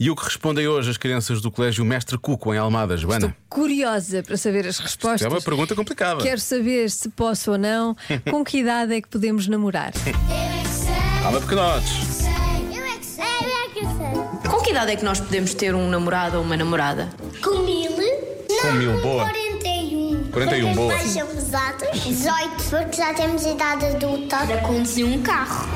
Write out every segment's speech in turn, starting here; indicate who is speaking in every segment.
Speaker 1: E o que respondem hoje as crianças do Colégio Mestre Cuco, em Almada, Joana?
Speaker 2: Curiosa para saber as respostas.
Speaker 1: É uma pergunta complicada.
Speaker 2: Quero saber se posso ou não, com que idade é que podemos namorar?
Speaker 3: Eu é que sei,
Speaker 1: Calma, pequenotes.
Speaker 3: eu é que sei, eu é que sei.
Speaker 4: Com que idade é que nós podemos ter um namorado ou uma namorada?
Speaker 3: Com mil?
Speaker 1: Com mil, boa.
Speaker 3: 41.
Speaker 1: 41, boa.
Speaker 3: Mais são pesados. 18, porque já temos idade adulta. Para conduzir um carro.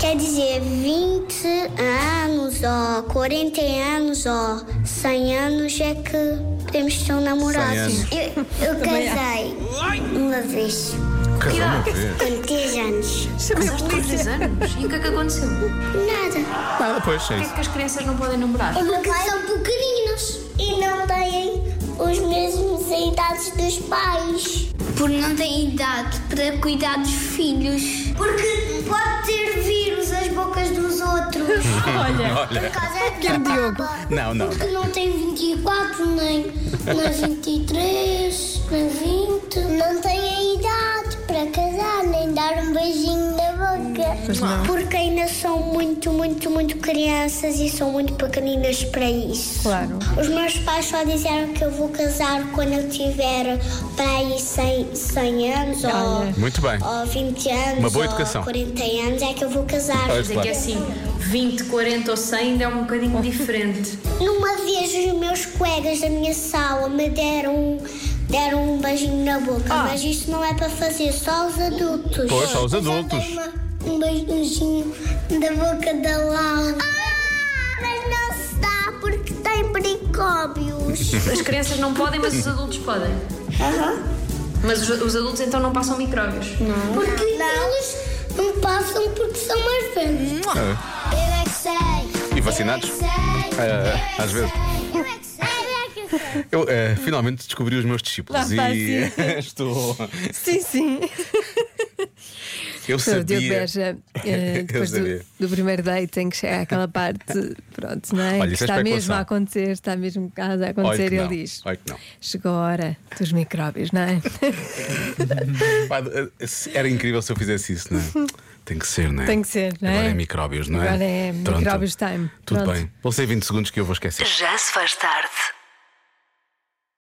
Speaker 3: Quer dizer, 20 anos, ó, 40 anos, ó, 100 anos é que podemos ter um namorado.
Speaker 1: 100 anos.
Speaker 3: Eu, eu casei uma vez,
Speaker 1: Casou uma vez.
Speaker 3: com 10 anos.
Speaker 4: Casaste aos 10 anos? E o que é que aconteceu? Por
Speaker 3: Nada.
Speaker 1: Nada, pois, é
Speaker 4: que
Speaker 1: isso.
Speaker 4: é que as crianças não podem namorar?
Speaker 3: Porque são pequeninos. E não têm os mesmos idades dos pais. Por não ter idade para cuidar dos filhos. Porque pode ter vírus as bocas dos outros. é
Speaker 1: Olha.
Speaker 3: causa Quer
Speaker 2: Diogo.
Speaker 1: Não, não,
Speaker 3: Porque não tem 24, nem, nem 23, nem 20. Não tem a idade para casar, nem dar um beijinho na boca. Porque ainda são muito, muito, muito crianças e são muito pequeninas para isso.
Speaker 2: Claro.
Speaker 3: Os meus pais só disseram que eu vou casar quando eu tiver para aí 100, 100 anos ou,
Speaker 1: Muito bem.
Speaker 3: ou 20 anos
Speaker 1: Uma boa
Speaker 3: ou
Speaker 1: educação.
Speaker 3: 40 anos é que eu vou casar.
Speaker 1: Pois,
Speaker 4: Dizer que é assim, 20, 40 ou 100 ainda é um bocadinho diferente.
Speaker 3: Numa vez os meus colegas da minha sala me deram, deram um beijinho na boca, mas isso não é para fazer, só os adultos.
Speaker 1: Pois, só os
Speaker 3: Eu já
Speaker 1: adultos.
Speaker 3: dei uma- um beijinho da boca da Laura. Ah, mas não se dá porque tem brincóbios.
Speaker 4: As crianças não podem, mas os adultos podem.
Speaker 3: Aham.
Speaker 4: Mas os, os adultos então não passam micróbios.
Speaker 3: Porque eles não passam porque são mais velhos.
Speaker 1: Ah,
Speaker 3: Eu é que sei.
Speaker 1: E vacinados?
Speaker 3: Eu é que sei.
Speaker 1: É,
Speaker 3: Eu é que
Speaker 1: às vezes.
Speaker 3: sei. Eu é que sei. Eu é que sei.
Speaker 1: Eu eh, finalmente descobri os meus discípulos
Speaker 2: Lá vai,
Speaker 1: e estou.
Speaker 2: Sim, sim.
Speaker 1: Eu
Speaker 2: Sou Diogo
Speaker 1: sabia.
Speaker 2: Beja, eh,
Speaker 1: Eu
Speaker 2: depois do,
Speaker 1: sabia.
Speaker 2: do primeiro date tem que chegar àquela parte, pronto, não é?
Speaker 1: Olha,
Speaker 2: que
Speaker 1: isso é
Speaker 2: está mesmo
Speaker 1: especulação.
Speaker 2: a acontecer, está mesmo quase a
Speaker 1: Olha
Speaker 2: acontecer,
Speaker 1: que
Speaker 2: ele
Speaker 1: não.
Speaker 2: diz.
Speaker 1: Olha que não.
Speaker 2: Chegou a hora dos micróbios, não é?
Speaker 1: Pá, eh, se- Era incrível se eu fizesse isso, não é? Tem que ser, não é?
Speaker 2: Tem que ser, não é?
Speaker 1: Agora é micróbios, não é?
Speaker 2: Agora é micróbios time.
Speaker 1: Tudo
Speaker 2: Pronto.
Speaker 1: bem. Vão ser 20 segundos que eu vou esquecer.
Speaker 5: Já se faz tarde